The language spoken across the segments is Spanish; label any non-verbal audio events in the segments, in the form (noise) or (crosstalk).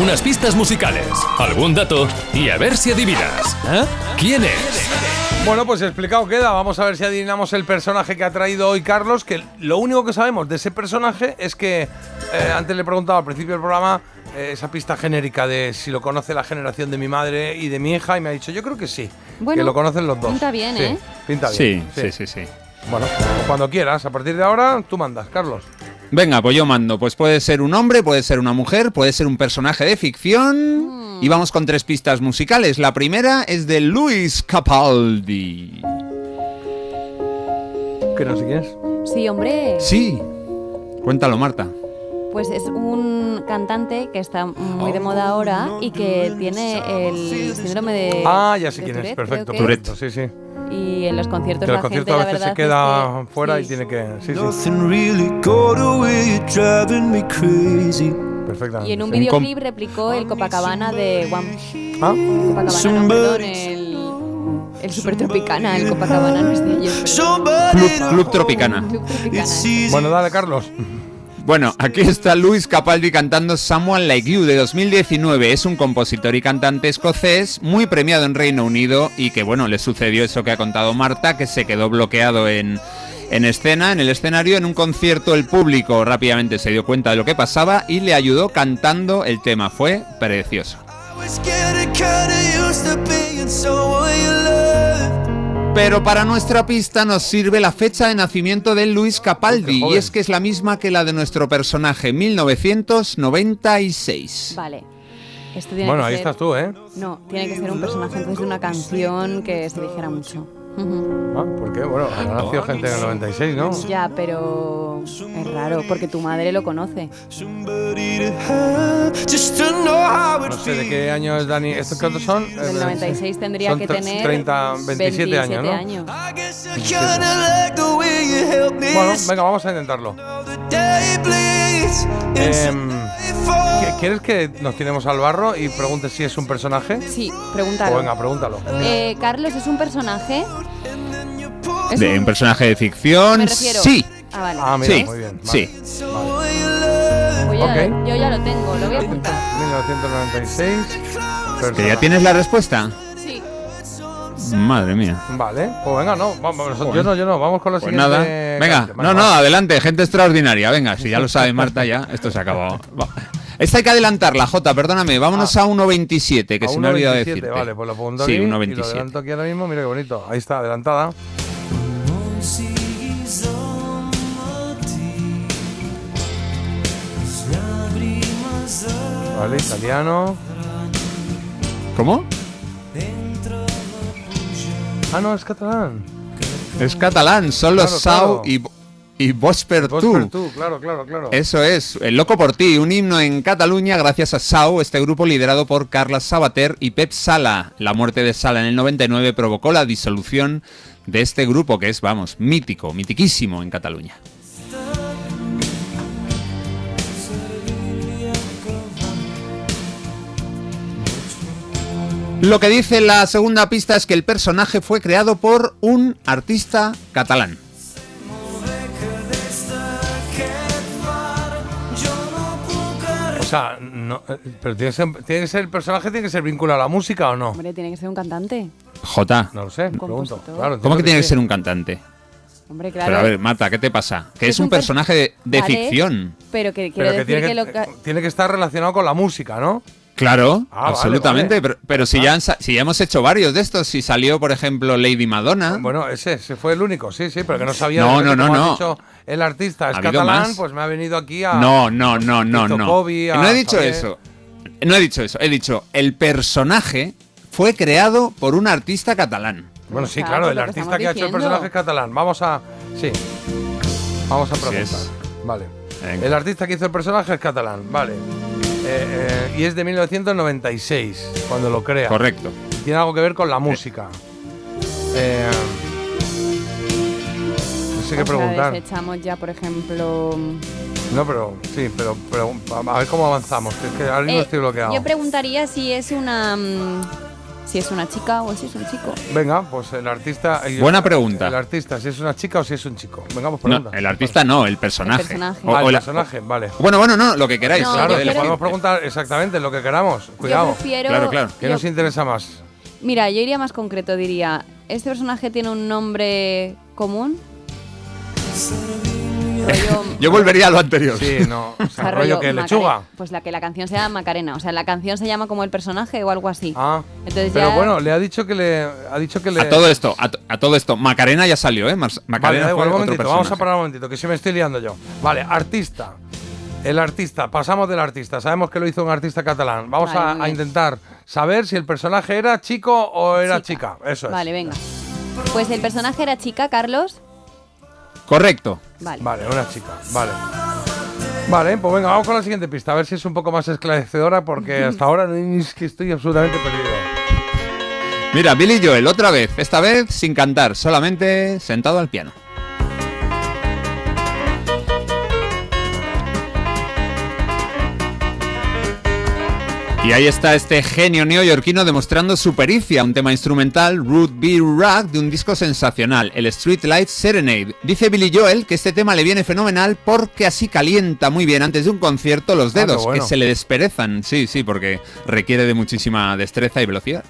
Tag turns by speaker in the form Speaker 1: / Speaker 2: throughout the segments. Speaker 1: unas pistas musicales, algún dato y a ver si adivinas. ¿Eh? ¿Quién es?
Speaker 2: Bueno, pues explicado queda. Vamos a ver si adivinamos el personaje que ha traído hoy Carlos. Que lo único que sabemos de ese personaje es que eh, antes le preguntaba al principio del programa eh, esa pista genérica de si lo conoce la generación de mi madre y de mi hija. Y me ha dicho, yo creo que sí.
Speaker 3: Bueno,
Speaker 2: que lo conocen los dos.
Speaker 3: pinta bien,
Speaker 2: Sí,
Speaker 3: ¿eh?
Speaker 2: Pinta
Speaker 4: Sí,
Speaker 2: bien.
Speaker 4: sí, sí, sí.
Speaker 2: Bueno, pues cuando quieras. A partir de ahora, tú mandas, Carlos.
Speaker 4: Venga, pues yo mando. Pues puede ser un hombre, puede ser una mujer, puede ser un personaje de ficción. Y vamos con tres pistas musicales. La primera es de Luis Capaldi.
Speaker 2: Que no sé quién es.
Speaker 3: Sí, hombre.
Speaker 4: Sí. Cuéntalo, Marta.
Speaker 3: Pues es un cantante que está muy de moda ahora y que tiene el síndrome de.
Speaker 2: Ah, ya sé
Speaker 3: de
Speaker 2: quién es.
Speaker 3: Eh, Tourette,
Speaker 2: Perfecto,
Speaker 3: creo que es.
Speaker 2: perfecto. Sí, sí.
Speaker 3: Y en los conciertos
Speaker 2: Que
Speaker 3: la
Speaker 2: el concierto
Speaker 3: gente,
Speaker 2: a
Speaker 3: la
Speaker 2: veces se
Speaker 3: verdad
Speaker 2: queda
Speaker 3: es que-
Speaker 2: fuera y
Speaker 3: sí.
Speaker 2: tiene que. Sí, sí.
Speaker 5: Nothing really got away, you're driving me crazy.
Speaker 2: Perfectamente.
Speaker 3: Y en un
Speaker 2: sí.
Speaker 3: videoclip replicó el Copacabana de One
Speaker 2: Ah,
Speaker 3: Copacabana, no, perdón, el, el Super Tropicana, el Copacabana no es de ellos. pero
Speaker 5: Somebody
Speaker 4: Club,
Speaker 5: to
Speaker 4: Club
Speaker 3: el
Speaker 4: Tropicana.
Speaker 3: Club Tropicana
Speaker 5: It's
Speaker 3: es.
Speaker 5: easy.
Speaker 2: Bueno, dale, Carlos.
Speaker 4: Bueno, aquí está Luis Capaldi cantando Someone Like You de 2019. Es un compositor y cantante escocés muy premiado en Reino Unido y que, bueno, le sucedió eso que ha contado Marta, que se quedó bloqueado en, en escena, en el escenario, en un concierto. El público rápidamente se dio cuenta de lo que pasaba y le ayudó cantando el tema. Fue precioso.
Speaker 5: I was getting kinda used to being someone you loved.
Speaker 4: Pero para nuestra pista nos sirve la fecha de nacimiento de Luis
Speaker 2: Qué
Speaker 4: Capaldi
Speaker 2: joven.
Speaker 4: y es que es la misma que la de nuestro personaje, 1996.
Speaker 3: Vale. Esto tiene
Speaker 2: Bueno,
Speaker 3: que
Speaker 2: ahí
Speaker 3: ser-
Speaker 2: estás tú, ¿eh?
Speaker 3: No, tiene que ser un personaje entonces de una canción que se dijera mucho. Ujú.
Speaker 2: Ah, ¿Por qué? Bueno, ha nacido gente en el 96, ¿no?
Speaker 3: Ya, pero es raro porque tu madre lo conoce.
Speaker 5: Somebody to have, just to know how it
Speaker 2: No sé de
Speaker 5: feels.
Speaker 2: qué año es Dani. ¿Estos cuántos son? Eh,
Speaker 3: Del 96 tendría
Speaker 2: Son
Speaker 3: que
Speaker 2: tre-
Speaker 3: tener
Speaker 2: 30, 27 años, ¿no?
Speaker 3: años.
Speaker 5: I guess I kinda like the way you help me.
Speaker 2: Bueno, venga, vamos a intentarlo.
Speaker 5: Now the day bleeds into
Speaker 2: Em,
Speaker 5: nightfall.
Speaker 2: ¿qui- ¿Quieres que nos tiremos al barro y preguntes si es un personaje?
Speaker 3: Sí,
Speaker 2: O
Speaker 3: pregúntalo.
Speaker 2: Pues venga, pregúntalo.
Speaker 3: Eh, Carlos, ¿es un personaje? Es
Speaker 4: De un personaje de ficción,
Speaker 3: Me refiero.
Speaker 4: sí.
Speaker 3: Ah, vale.
Speaker 2: Ah, mira,
Speaker 4: sí,
Speaker 2: muy bien. vale.
Speaker 4: sí.
Speaker 2: Vale.
Speaker 3: Voy a-
Speaker 2: ok.
Speaker 3: Yo ya lo tengo, lo voy a apuntar.
Speaker 2: 1996.
Speaker 4: ¿Que ya
Speaker 2: persona.
Speaker 4: tienes la respuesta?
Speaker 3: Sí.
Speaker 4: Madre mía.
Speaker 2: Vale, pues venga, no. Vamos, yo no, yo no. Vamos con la
Speaker 4: Pues
Speaker 2: siguiente.
Speaker 4: nada. Venga,
Speaker 2: canción.
Speaker 4: no, no, adelante, gente extraordinaria. Venga, si ya lo sabe Marta, ya esto se ha acabado. Va. Esta hay que adelantarla, Jota, perdóname. Vámonos a 1.27, que
Speaker 2: Ah. A
Speaker 4: se me ha olvidado
Speaker 2: 1.27,
Speaker 4: decirte.
Speaker 2: Vale, pues lo apunto
Speaker 4: Sí,
Speaker 2: aquí y lo
Speaker 4: 1.27.
Speaker 2: adelanto aquí ahora mismo. Mira qué bonito. Ahí está, adelantada. Vale, italiano.
Speaker 4: ¿Cómo?
Speaker 2: Ah, no, es catalán.
Speaker 4: Es catalán, son los
Speaker 2: Claro,
Speaker 4: Sau
Speaker 2: claro.
Speaker 4: y, y Vos per
Speaker 2: Vox
Speaker 4: tu.
Speaker 2: per tu, claro, claro, claro.
Speaker 4: Eso es, El Loco por ti, un himno en Cataluña gracias a Sau, este grupo liderado por Carla Sabater y Pep Sala. La muerte de Sala en el 99 provocó la disolución de este grupo que es, vamos, mítico, mitiquísimo en Cataluña. Lo que dice la segunda pista es que el personaje fue creado por un artista catalán.
Speaker 2: O sea, no, eh, pero tiene que, ser, tiene que ser el personaje, tiene que ser vinculado a la música o no.
Speaker 3: Hombre, tiene que ser un cantante.
Speaker 4: J.
Speaker 2: No lo sé, pregunto.
Speaker 3: compositor.
Speaker 2: Claro,
Speaker 4: ¿Cómo que tiene que
Speaker 2: sí.
Speaker 4: ser un cantante?
Speaker 3: Hombre, claro.
Speaker 4: Pero a ver, Marta, ¿qué te pasa? Que
Speaker 3: Es
Speaker 4: es, un
Speaker 3: un per-
Speaker 4: personaje de, de
Speaker 3: Vale,
Speaker 4: ficción.
Speaker 3: Pero que quiero
Speaker 2: Pero que
Speaker 3: decir
Speaker 2: tiene
Speaker 3: que,
Speaker 2: que, eh,
Speaker 3: lo ca-
Speaker 2: tiene que estar relacionado con la música, ¿no?
Speaker 4: Claro,
Speaker 2: Ah, vale,
Speaker 4: absolutamente.
Speaker 2: vale. Ah.
Speaker 4: Pero, pero si, ya han sa- si ya hemos hecho varios de estos, si salió, por ejemplo, Lady Madonna.
Speaker 2: Bueno, ese, ese fue el único, sí, sí, pero que no sabía.
Speaker 4: No,
Speaker 2: de repente,
Speaker 4: no, no,
Speaker 2: como has
Speaker 4: no.
Speaker 2: dicho, el artista es
Speaker 4: Ha habido
Speaker 2: catalán,
Speaker 4: más.
Speaker 2: pues me ha venido aquí a.
Speaker 4: no, no, no, no,
Speaker 2: Tito
Speaker 4: no.
Speaker 2: Bobby, a
Speaker 4: no he dicho
Speaker 2: Javier.
Speaker 4: eso. No he dicho eso. He dicho, el personaje fue creado por un artista catalán.
Speaker 2: Bueno, sí, claro,
Speaker 3: Claro, por
Speaker 2: el
Speaker 3: lo que
Speaker 2: artista
Speaker 3: estamos
Speaker 2: que ha hecho el
Speaker 3: diciendo.
Speaker 2: personaje es catalán. Vamos a. Sí. Vamos a preguntar.
Speaker 4: es.
Speaker 2: Vale.
Speaker 4: Venga.
Speaker 2: El artista que hizo el personaje es catalán, vale. Eh, eh, y es de 1996, cuando lo crea.
Speaker 4: Correcto.
Speaker 2: Tiene algo que ver con la música. Eh, no sé qué
Speaker 3: o sea,
Speaker 2: preguntar.
Speaker 3: desechamos ya, por ejemplo.
Speaker 2: No, pero sí, pero, pero a ver cómo avanzamos. que Es que ahora mismo
Speaker 3: Eh,
Speaker 2: estoy bloqueado.
Speaker 3: Yo preguntaría si es una. mm, si es una chica o si es un chico.
Speaker 2: Venga, pues el artista. eh,
Speaker 4: Buena pregunta.
Speaker 2: El artista, si es una chica o si es un chico. Vengamos,
Speaker 4: No,
Speaker 2: pregunta.
Speaker 4: el artista no, el personaje.
Speaker 3: El personaje.
Speaker 4: O-
Speaker 2: Ah,
Speaker 4: o
Speaker 2: el
Speaker 4: la-
Speaker 2: personaje, vale.
Speaker 4: Bueno, bueno, no, lo que queráis.
Speaker 3: No,
Speaker 2: Claro,
Speaker 3: yo
Speaker 2: le
Speaker 3: quiero-
Speaker 2: podemos preguntar exactamente lo que queramos.
Speaker 3: Yo
Speaker 2: Cuidado.
Speaker 3: prefiero.
Speaker 4: Claro, claro.
Speaker 2: ¿Qué
Speaker 3: yo-
Speaker 2: nos interesa más?
Speaker 3: mira, yo iría más concreto, diría. ¿Este personaje tiene un nombre común?
Speaker 2: (laughs)
Speaker 3: Rollo-
Speaker 4: Yo volvería a lo anterior.
Speaker 2: Sí,
Speaker 3: (laughs)
Speaker 2: no. O
Speaker 3: o sea,
Speaker 2: sea, rollo que
Speaker 3: Macare-
Speaker 2: lechuga.
Speaker 3: Pues la que la canción sea Macarena. O sea, la canción se llama como el personaje o algo así.
Speaker 2: Ah.
Speaker 3: Entonces
Speaker 2: Pero
Speaker 3: ya-
Speaker 2: bueno, le ha dicho que le. Ha dicho que le.
Speaker 4: A todo esto, a, to- a todo esto. Macarena ya salió, ¿eh? Mar-
Speaker 2: Vale,
Speaker 4: Macarena
Speaker 2: da
Speaker 4: fue
Speaker 2: igual, un
Speaker 4: otro
Speaker 2: momentito, vamos a
Speaker 4: personaje.
Speaker 2: parar un momentito, que se me estoy liando yo. Vale, artista. El artista, pasamos del artista. Sabemos que lo hizo un artista catalán. Vamos
Speaker 3: Vale,
Speaker 2: a-
Speaker 3: muy
Speaker 2: a,
Speaker 3: bien.
Speaker 2: intentar saber si el personaje era chico o era chica. Eso es.
Speaker 3: Vale, venga. Pues el personaje era chica, Carlos.
Speaker 4: Correcto.
Speaker 3: Vale.
Speaker 2: Vale, una chica. Vale. Vale, pues venga, vamos con la siguiente pista, a ver si es un poco más esclarecedora, (laughs) porque hasta ahora no- es que estoy absolutamente perdido.
Speaker 4: Mira, Billy Joel, otra vez. Esta vez sin cantar, solamente sentado al piano. Y ahí está este genio neoyorquino demostrando su pericia, un tema instrumental, Root Beer Rag, de un disco sensacional, el Streetlight Serenade. Dice Billy Joel que este tema le viene fenomenal porque así calienta muy bien antes de un concierto los
Speaker 2: Ah, qué
Speaker 4: dedos,
Speaker 2: bueno.
Speaker 4: que se le desperezan. Sí, sí, porque requiere de muchísima destreza y velocidad.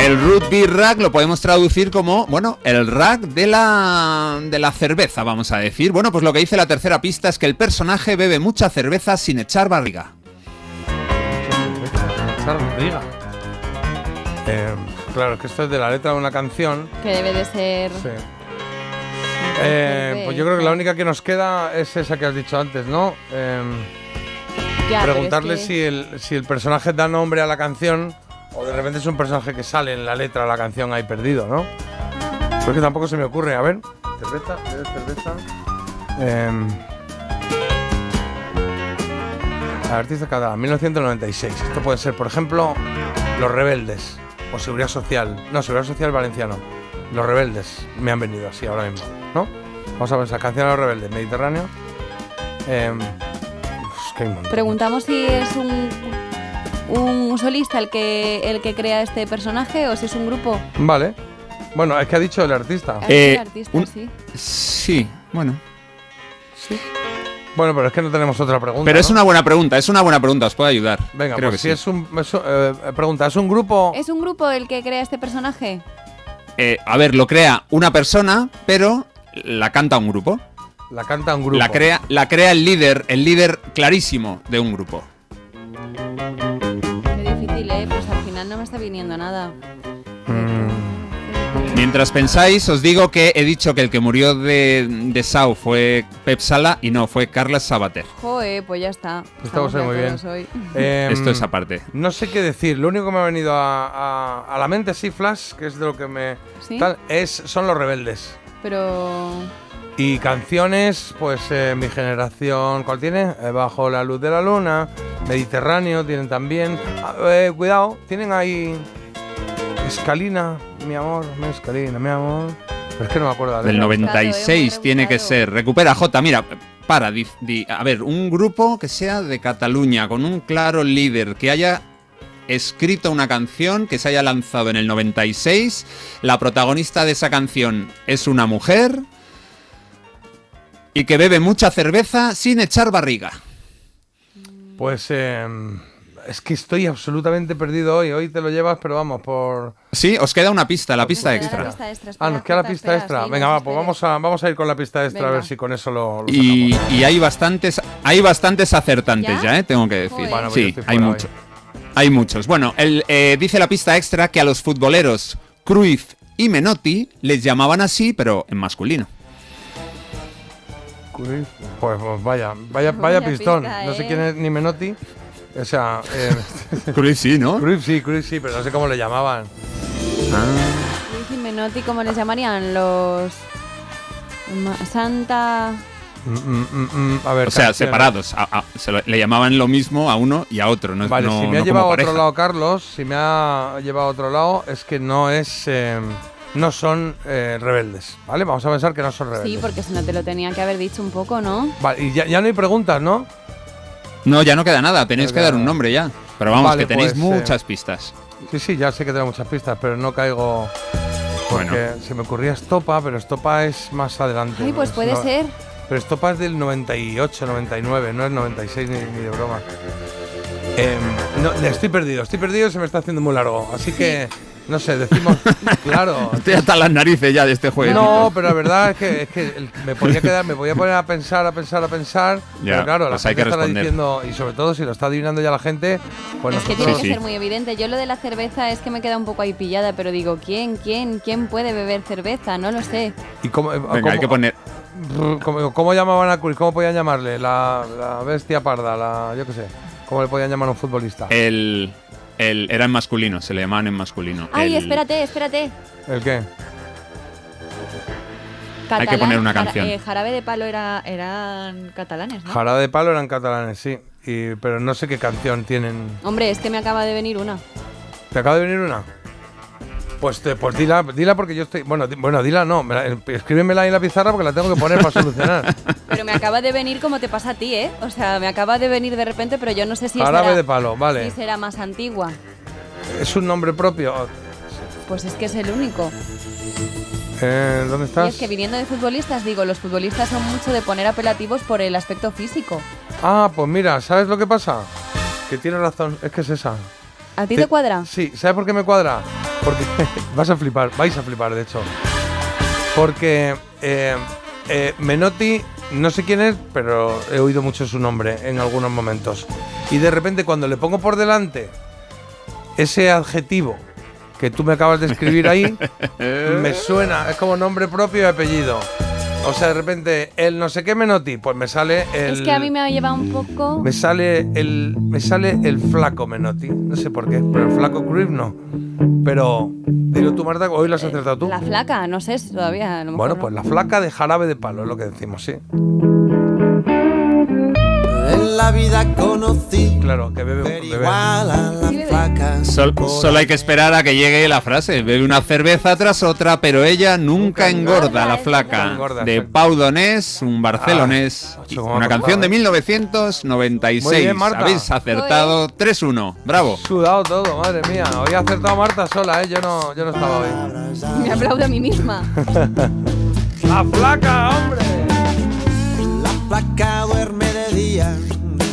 Speaker 4: El root beer rack lo podemos traducir como, bueno, el rack de la, de la cerveza, vamos a decir. Bueno, pues lo que dice la tercera pista es que el personaje bebe mucha cerveza sin echar barriga.
Speaker 2: Claro, diga. Eh, claro, es que esto es de la letra de una canción.
Speaker 3: Que debe de ser.
Speaker 2: Sí. Eh, pues yo creo que la única que nos queda es esa que has dicho antes, ¿no? Em,
Speaker 3: Ya, pero
Speaker 2: preguntarle
Speaker 3: es que-
Speaker 2: si, el, si el personaje da nombre a la canción o de repente es un personaje que sale en la letra de la canción ahí perdido, ¿no? Porque tampoco se me ocurre. A ver. Cerveza, ¿bebes cerveza? Em, artista catalán, 1996. Esto puede ser, por ejemplo, Los Rebeldes o Seguridad Social. No, Seguridad Social valenciano. Los Rebeldes me han venido así ahora mismo, ¿no? Vamos a ver, esa canción de Los Rebeldes, Mediterráneo. Em, pues, que hay un montón.
Speaker 3: Preguntamos si es un, un solista el que, el que crea este personaje o si es un grupo.
Speaker 2: Vale. Bueno, es que ha dicho el artista.
Speaker 3: Ah,
Speaker 4: Eh,
Speaker 3: sí, artista,
Speaker 4: un-
Speaker 3: sí.
Speaker 4: Sí, bueno.
Speaker 2: Bueno, pero es que no tenemos otra pregunta.
Speaker 4: Pero es
Speaker 2: ¿no?
Speaker 4: una buena pregunta, es una buena pregunta, os puedo ayudar.
Speaker 2: Venga,
Speaker 4: Creo
Speaker 2: pues si
Speaker 4: que sí.
Speaker 2: es un. es un- eh, pregunta, ¿es un grupo?
Speaker 3: ¿Es un grupo el que crea este personaje?
Speaker 4: Eh, a ver, lo crea una persona, pero la canta un grupo.
Speaker 2: La canta un grupo.
Speaker 4: La crea, la crea el líder, el líder clarísimo de un grupo.
Speaker 3: Qué difícil, ¿eh? Pues al final no me está viniendo nada.
Speaker 2: Mm.
Speaker 4: Mientras pensáis, os digo que he dicho que el que murió de, de Sau fue Pep Sala y no, fue Carla Sabater.
Speaker 3: Joe, pues ya está.
Speaker 2: Estamos ahí muy bien.
Speaker 3: ya todos hoy. (laughs)
Speaker 2: Eh,
Speaker 4: Esto es aparte.
Speaker 2: No sé qué decir. Lo único que me ha venido a, a- a la mente, sí, Flash, que es de lo que me.
Speaker 3: ¿Sí?
Speaker 2: es, son los rebeldes.
Speaker 3: Pero...
Speaker 2: Y canciones, pues eh, mi generación, ¿cuál tiene? Eh, Bajo la luz de la luna, Mediterráneo tienen también. Ah, eh, cuidado, tienen ahí Escalina, mi amor, mi Escalina, mi amor. Pero es que no me acuerdo. de la
Speaker 4: Del
Speaker 2: letra.
Speaker 4: 96
Speaker 3: rebuscado.
Speaker 4: tiene que ser. Recupera J, mira, para, di- di- a ver, un grupo que sea de Cataluña, con un claro líder, que haya escrito una canción que se haya lanzado en el 96, la protagonista de esa canción es una mujer y que bebe mucha cerveza sin echar barriga.
Speaker 2: Pues eh, es que estoy absolutamente perdido hoy. Hoy te lo llevas, pero vamos, por.
Speaker 4: Sí, os queda una pista, la
Speaker 3: Queda
Speaker 4: pista
Speaker 3: la
Speaker 4: extra.
Speaker 3: pista extra,
Speaker 2: Ah,
Speaker 3: espera,
Speaker 2: nos queda la
Speaker 3: Jota,
Speaker 2: pista
Speaker 3: espera,
Speaker 2: extra.
Speaker 3: sí,
Speaker 2: Venga,
Speaker 3: no
Speaker 2: va,
Speaker 3: se
Speaker 2: pues
Speaker 3: espere.
Speaker 2: vamos a, vamos a ir con la pista extra a ver
Speaker 3: Venga.
Speaker 2: si con eso lo. lo
Speaker 4: Y,
Speaker 2: sacamos.
Speaker 4: y hay bastantes, hay bastantes acertantes
Speaker 3: ¿Ya?
Speaker 4: ya, eh, tengo que decir.
Speaker 3: Joder. Bueno,
Speaker 2: pues yo
Speaker 4: sí,
Speaker 2: estoy
Speaker 4: hay
Speaker 2: fuera
Speaker 4: muchos. Hay muchos. Bueno, el, eh, dice la pista extra que a los futboleros Cruyff y Menotti les llamaban así, pero
Speaker 2: (laughs)
Speaker 4: en masculino.
Speaker 2: Pues, pues vaya, vaya, vaya
Speaker 3: Vaya
Speaker 2: pistón.
Speaker 3: pista,
Speaker 2: No sé
Speaker 3: eh.
Speaker 2: quién es ni Menotti. O sea, eh,
Speaker 4: Cruyff sí, ¿no?
Speaker 2: Cruyff sí, Cruyff sí, pero no sé cómo le llamaban.
Speaker 3: Luis y Menotti, ¿cómo les llamarían? Los... Ma- Santa...
Speaker 2: Mm, mm, mm, mm, a ver,
Speaker 4: O sea,
Speaker 2: canciones.
Speaker 4: separados. A- a- se lo- le llamaban lo mismo a uno y a otro. No,
Speaker 2: Vale,
Speaker 4: no-
Speaker 2: si me
Speaker 4: no
Speaker 2: ha
Speaker 4: como
Speaker 2: llevado a
Speaker 4: pareja.
Speaker 2: otro lado Carlos, si me ha llevado a otro lado, es que no es. eh, no son eh, rebeldes, ¿vale? Vamos a pensar que no son rebeldes.
Speaker 3: Sí, porque si no te lo tenía que haber dicho un poco, ¿no?
Speaker 2: Vale, y ya, ya no hay preguntas, ¿no?
Speaker 4: No, ya no queda nada. Tenéis
Speaker 2: No
Speaker 4: que
Speaker 2: queda
Speaker 4: dar un
Speaker 2: nada.
Speaker 4: nombre ya. Pero vamos,
Speaker 2: Vale,
Speaker 4: que tenéis
Speaker 2: pues, eh,
Speaker 4: muchas pistas.
Speaker 2: Sí, sí, ya sé que tengo muchas pistas, pero no caigo. Porque
Speaker 4: Bueno,
Speaker 2: se me ocurría Estopa, pero Estopa es más adelante.
Speaker 3: Ay, pues
Speaker 2: Es
Speaker 3: puede
Speaker 2: no-
Speaker 3: ser.
Speaker 2: Pero Estopa es del 98, 99, no es 96 ni, ni de broma. Em, no, estoy perdido, estoy perdido y se me está haciendo muy largo. Así que, no sé,
Speaker 4: (laughs)
Speaker 2: decimos. claro.
Speaker 4: estoy hasta las narices ya de este juego.
Speaker 2: No, pero la verdad es que, es que el- me podía quedar, me voy a poner a pensar, a pensar, a pensar.
Speaker 4: Ya,
Speaker 2: pero claro,
Speaker 4: pues
Speaker 2: la
Speaker 4: hay
Speaker 2: gente
Speaker 4: que
Speaker 2: estará
Speaker 4: responder.
Speaker 2: diciendo, y sobre todo si lo está adivinando ya la gente, pues
Speaker 3: es que
Speaker 2: nosotros-
Speaker 3: tiene
Speaker 4: sí.
Speaker 3: que ser muy evidente. Yo lo de la cerveza es que me queda un poco ahí pillada, pero digo, ¿quién, quién, quién puede beber cerveza? No lo sé.
Speaker 2: ¿Y cómo,
Speaker 4: Venga, hay
Speaker 2: cómo-
Speaker 4: que poner.
Speaker 2: ¿Cómo, cómo llamaban a Cruz? ¿Cómo podían llamarle? La, la bestia parda, la, yo qué sé. ¿Cómo le podían llamar a un futbolista?
Speaker 4: Eh, El, el- era en masculino, se le llamaban en masculino.
Speaker 3: Ay,
Speaker 4: El-
Speaker 3: espérate, espérate.
Speaker 2: ¿El qué?
Speaker 4: Hay que
Speaker 3: Catalán,
Speaker 4: poner una
Speaker 3: jara-
Speaker 4: canción.
Speaker 6: eh, jarabe de palo era, eran catalanes, ¿no?
Speaker 2: Jara de palo eran catalanes, sí. Y- pero no sé qué canción tienen.
Speaker 3: Hombre, es que me acaba de venir una.
Speaker 2: ¿Te acaba de venir una? Pues, te, pues dila, dila porque yo estoy. Bueno, di- bueno dila no. me la- escríbemela ahí en la pizarra porque la tengo que poner para
Speaker 3: (laughs)
Speaker 2: solucionar.
Speaker 3: Pero me acaba de venir como te pasa a ti, ¿eh? O sea, me acaba de venir de repente, pero yo no sé si
Speaker 2: Jarabe
Speaker 3: será,
Speaker 2: de palo,
Speaker 3: si
Speaker 2: vale.
Speaker 3: será más antigua.
Speaker 2: Es un nombre propio.
Speaker 3: Pues es que es el único.
Speaker 2: Eh, ¿Dónde
Speaker 3: Y
Speaker 2: estás?
Speaker 3: es que viniendo de futbolistas, digo, los futbolistas son mucho de poner apelativos por el aspecto físico.
Speaker 2: Ah, pues mira, ¿sabes lo que pasa? Que tienes razón, es que es esa.
Speaker 3: ¿A ti te cuadra?
Speaker 2: Sí, ¿sabes por qué me cuadra? Porque (laughs) vas a flipar, vais a flipar, de hecho. Porque eh, eh, Menotti, no sé quién es, pero he oído mucho su nombre en algunos momentos. Y de repente cuando le pongo por delante ese adjetivo que tú me acabas de escribir ahí, me suena, es como nombre propio y apellido. O sea, de repente, el no sé qué Menotti, pues me sale el...
Speaker 3: Es que a mí me ha llevado un poco...
Speaker 2: Me sale el. Me sale el flaco Menotti. No sé por qué. Pero el flaco Cruyff no. Pero. Dilo tú, Marta, hoy lo has acertado tú.
Speaker 3: Eh, La flaca, no sé si todavía. a lo mejor
Speaker 2: bueno,
Speaker 3: no.
Speaker 2: pues la flaca de jarabe de palo es lo que decimos, sí.
Speaker 5: En la vida conocí,
Speaker 2: Claro, que bebe un
Speaker 5: pero
Speaker 2: bebé.
Speaker 5: igual a
Speaker 3: Sí,
Speaker 5: la
Speaker 3: bebé.
Speaker 5: flaca.
Speaker 4: Sol- solo hay que esperar a que llegue la frase. Bebe una cerveza tras otra, pero ella nunca engorda, la
Speaker 2: Nunca
Speaker 4: flaca.
Speaker 2: engorda,
Speaker 4: De
Speaker 2: exacto.
Speaker 4: Pau Donés, un barcelonés.
Speaker 2: Ah,
Speaker 4: Y
Speaker 2: chico, me
Speaker 4: una
Speaker 2: acordaba,
Speaker 4: canción de
Speaker 2: eh. ¿eh?
Speaker 5: Ah.
Speaker 2: pues-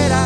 Speaker 3: Pues ¿eh?
Speaker 2: pues,